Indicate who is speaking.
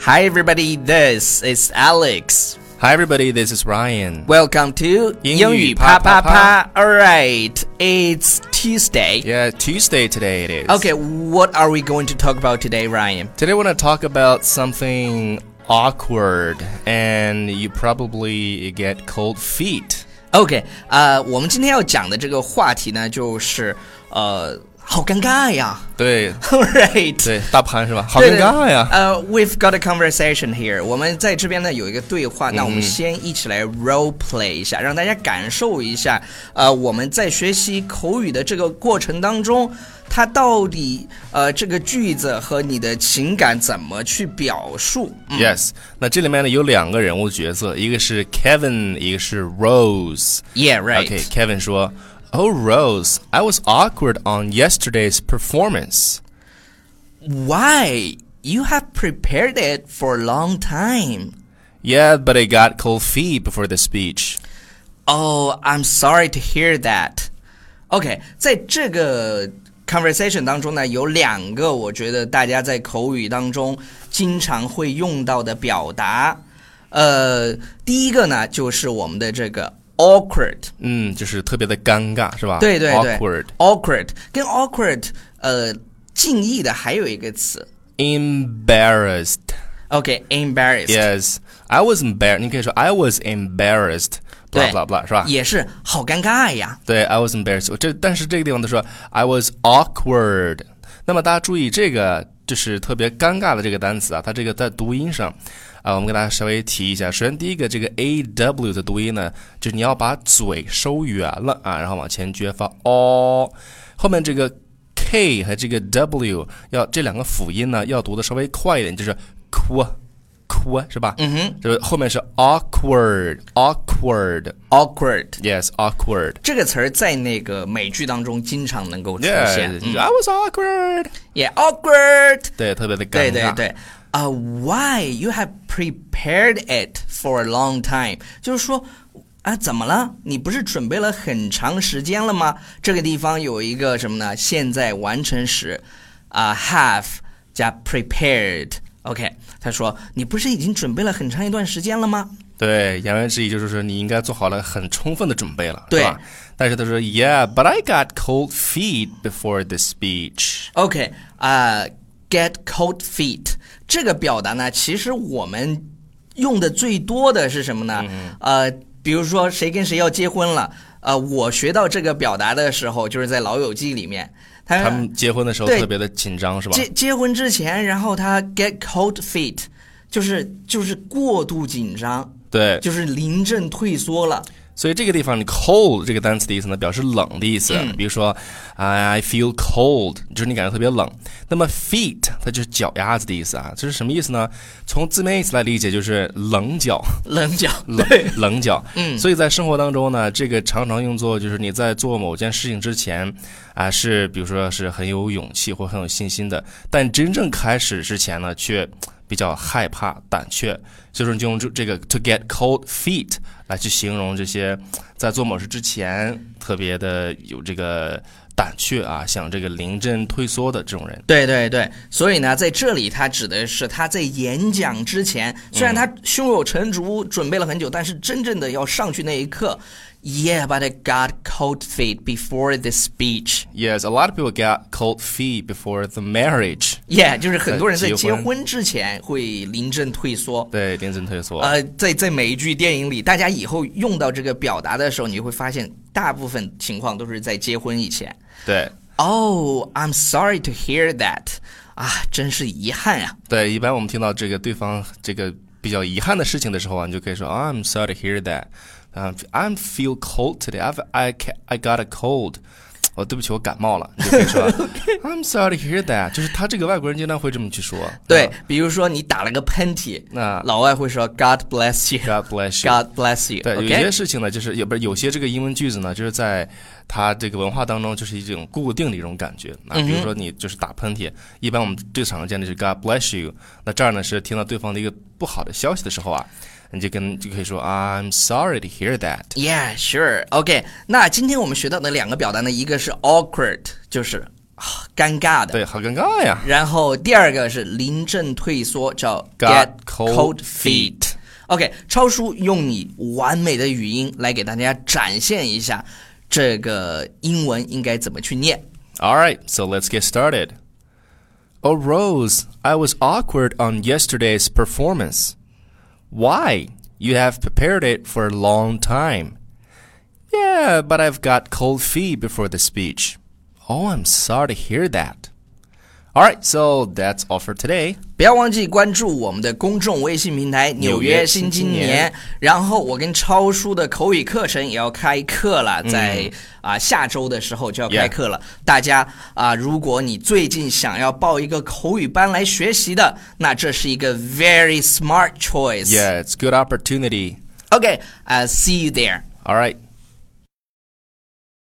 Speaker 1: Hi, everybody. This is Alex.
Speaker 2: Hi, everybody. This is Ryan.
Speaker 1: Welcome to
Speaker 2: 英
Speaker 1: 英
Speaker 2: 语
Speaker 1: 语啪啪
Speaker 2: 啪啪
Speaker 1: 啪
Speaker 2: 啪。
Speaker 1: All right, it's Tuesday.
Speaker 2: Yeah, Tuesday today it is.
Speaker 1: Okay, what are we going to talk about today, Ryan?
Speaker 2: Today we're going to talk about something awkward, and you probably get cold feet.
Speaker 1: OK，呃，uh, 我们今天要讲的这个话题呢，就是呃，好尴尬呀。
Speaker 2: 对
Speaker 1: All right.
Speaker 2: 对，大盘是吧？好尴尬呀！
Speaker 1: 呃、w e've got a conversation here。我们在这边呢有一个对话，那我们先一起来 role play 一下，让大家感受一下，呃，我们在学习口语的这个过程当中，它到底呃这个句子和你的情感怎么去表述？嗯
Speaker 2: Yes，那这里面呢有两个人物角色，一个是 Kevin，一个是 Rose。
Speaker 1: ，Yeah, right.
Speaker 2: Okay, Kevin 说，Oh Rose, I was awkward on yesterday's performance.
Speaker 1: Why you have prepared it for a long time?
Speaker 2: Yeah, but I got cold feet before the speech.
Speaker 1: Oh, I'm sorry to hear that. OK，在这个 conversation 当中呢，有两个我觉得大家在口语当中经常会用到的表达。呃，第一个呢，就是我们的这个 awkward，
Speaker 2: 嗯，就是特别的尴尬，是吧？
Speaker 1: 对对对
Speaker 2: awkward,
Speaker 1: ，awkward 跟 awkward 呃近义的还有一个词
Speaker 2: embarrassed.
Speaker 1: ，OK，embarrassed，、
Speaker 2: Yes, I was embarrassed. 你可以说 I was embarrassed. blah
Speaker 1: 对
Speaker 2: blah blah，是吧？
Speaker 1: 也是好尴尬呀。
Speaker 2: 对，I was embarrassed 我这。但是这个地方他说 I was awkward。那么大家注意这个就是特别尴尬的这个单词啊，它这个在读音上啊，我们给大家稍微提一下。首先第一个这个 a w 的读音呢，就是你要把嘴收圆了啊，然后往前撅发 o，后面这个 k 和这个 w 要这两个辅音呢要读的稍微快一点，就是 qu。哭是吧？嗯哼，就是后面是 awkward，awkward，yes，awkward。
Speaker 1: awkward 这个词儿在那个美剧当中经常能够出
Speaker 2: Yeah,
Speaker 1: 现，嗯
Speaker 2: I was awkward.
Speaker 1: 也 awkward。
Speaker 2: 对，特别的尴尬。
Speaker 1: 对对对，啊、w h y you have prepared it for a long time？就是说，啊，怎么了？你不是准备了很长时间了吗？这个地方有一个什么呢？现在完成时，啊、h a v e 加 prepared。OK，他说你不是已经准备了很长一段时间了吗？
Speaker 2: 对言外之意就是说你应该做好了很充分的准备了，
Speaker 1: 对
Speaker 2: 是吧？但是他说，Yeah, but I got cold feet before the speech.
Speaker 1: OK 啊、g e t cold feet 这个表达呢，其实我们用的最多的是什么呢？呃，比如说谁跟谁要结婚了，呃，我学到这个表达的时候，就是在《老友记》里面，他
Speaker 2: 他们结婚的时候
Speaker 1: 对
Speaker 2: 特别的紧张，是吧？
Speaker 1: 结结婚之前，然后他 get cold feet，就是就是过度紧张，
Speaker 2: 对，
Speaker 1: 就是临阵退缩了。
Speaker 2: 所以这个地方你 cold 这个单词的意思呢，表示冷的意思。
Speaker 1: 嗯
Speaker 2: 比如说，I feel cold，就是你感觉特别冷。那么 feet 它就是脚丫子的意思啊，这是什么意思呢？从字面意思来理解，就是冷脚。
Speaker 1: 棱角，
Speaker 2: 冷棱角，嗯，所以在生活当中呢，这个常常用作就是你在做某件事情之前啊，是比如说是很有勇气或很有信心的，但真正开始之前呢，却比较害怕、胆怯，所以说你就用这这个 to get cold feet 来去形容这些在做某事之前特别的有这个胆怯啊，想这个临阵退缩的这种人。
Speaker 1: 对对对，所以呢，在这里他指的是他在演讲之前，虽然他胸有成竹，准备了很久，但是真正的要上去那一刻，Yeah, but I got cold feet before the speech.
Speaker 2: Yes, a lot of people get cold feet before the marriage.
Speaker 1: Yeah，就是很多人在
Speaker 2: 在结
Speaker 1: 结
Speaker 2: 婚
Speaker 1: 婚之前会临阵退缩。
Speaker 2: 对，临阵退缩。
Speaker 1: 呃，在在每一句电影里，大家以后用到这个表达的时候，你会发现大部分情况都是在结婚以前。
Speaker 2: 对。
Speaker 1: Oh, I'm sorry to hear that. 啊，真是遗憾啊呀、
Speaker 2: 对，一般我们听到这个对方这个比较遗憾的事情的时候啊，你就可以说 I'm sorry to hear that，啊、i m feel cold today. I've I ca- I got a cold. 哦，对不起，我感冒了。你就可以说 I'm sorry to hear that，就是他这个外国人经常会这么去说。啊
Speaker 1: 对，比如说你打了个喷嚏，
Speaker 2: 那
Speaker 1: 老外会说 God bless you。
Speaker 2: ，God bless you。
Speaker 1: God bless you。
Speaker 2: 对，有
Speaker 1: OK，
Speaker 2: 些事情呢，就是也不是有些这个英文句子呢，就是在它这个文化当中，就是一种固定的一种感觉啊。比
Speaker 1: 嗯
Speaker 2: 如说你就是打喷嚏，一般我们最常见的是 God bless you，那这儿呢是听到对方的一个不好的消息的时候啊，你就跟就可以说 I'm sorry to hear that。
Speaker 1: Yeah, sure. OK，那今天我们学到的两个表达呢，一个是 awkward，就是啊尴尬的。
Speaker 2: 对，好尴尬呀。
Speaker 1: 然后第二个是临阵退缩，叫 get
Speaker 2: Got cold
Speaker 1: cold
Speaker 2: feet
Speaker 1: feet。OK，超叔用你完美的语音来给大家展现一下这个英文应该怎么去念。
Speaker 2: All right, so let's get started. Oh, Rose, I was awkward on yesterday's performance. Why? You have prepared it for a long time. Yeah, but I've got cold feet before the speech. Oh, I'm sorry to hear that. All right, so that's all for today.
Speaker 1: 不要忘记关注我们的公众微信平台《
Speaker 2: 纽
Speaker 1: 纽
Speaker 2: 约
Speaker 1: 约
Speaker 2: 新
Speaker 1: 新
Speaker 2: 青
Speaker 1: 青
Speaker 2: 年
Speaker 1: 年》，然后我跟超叔的口语课程也要开课了，在啊、下周的时候就要开
Speaker 2: Yeah
Speaker 1: 课了。大家啊、如果你最近想要报一个口语班来学习的，那这是一个 very smart choice。
Speaker 2: Yeah, it's a good opportunity.
Speaker 1: OK，I'll、see you there。
Speaker 2: All right,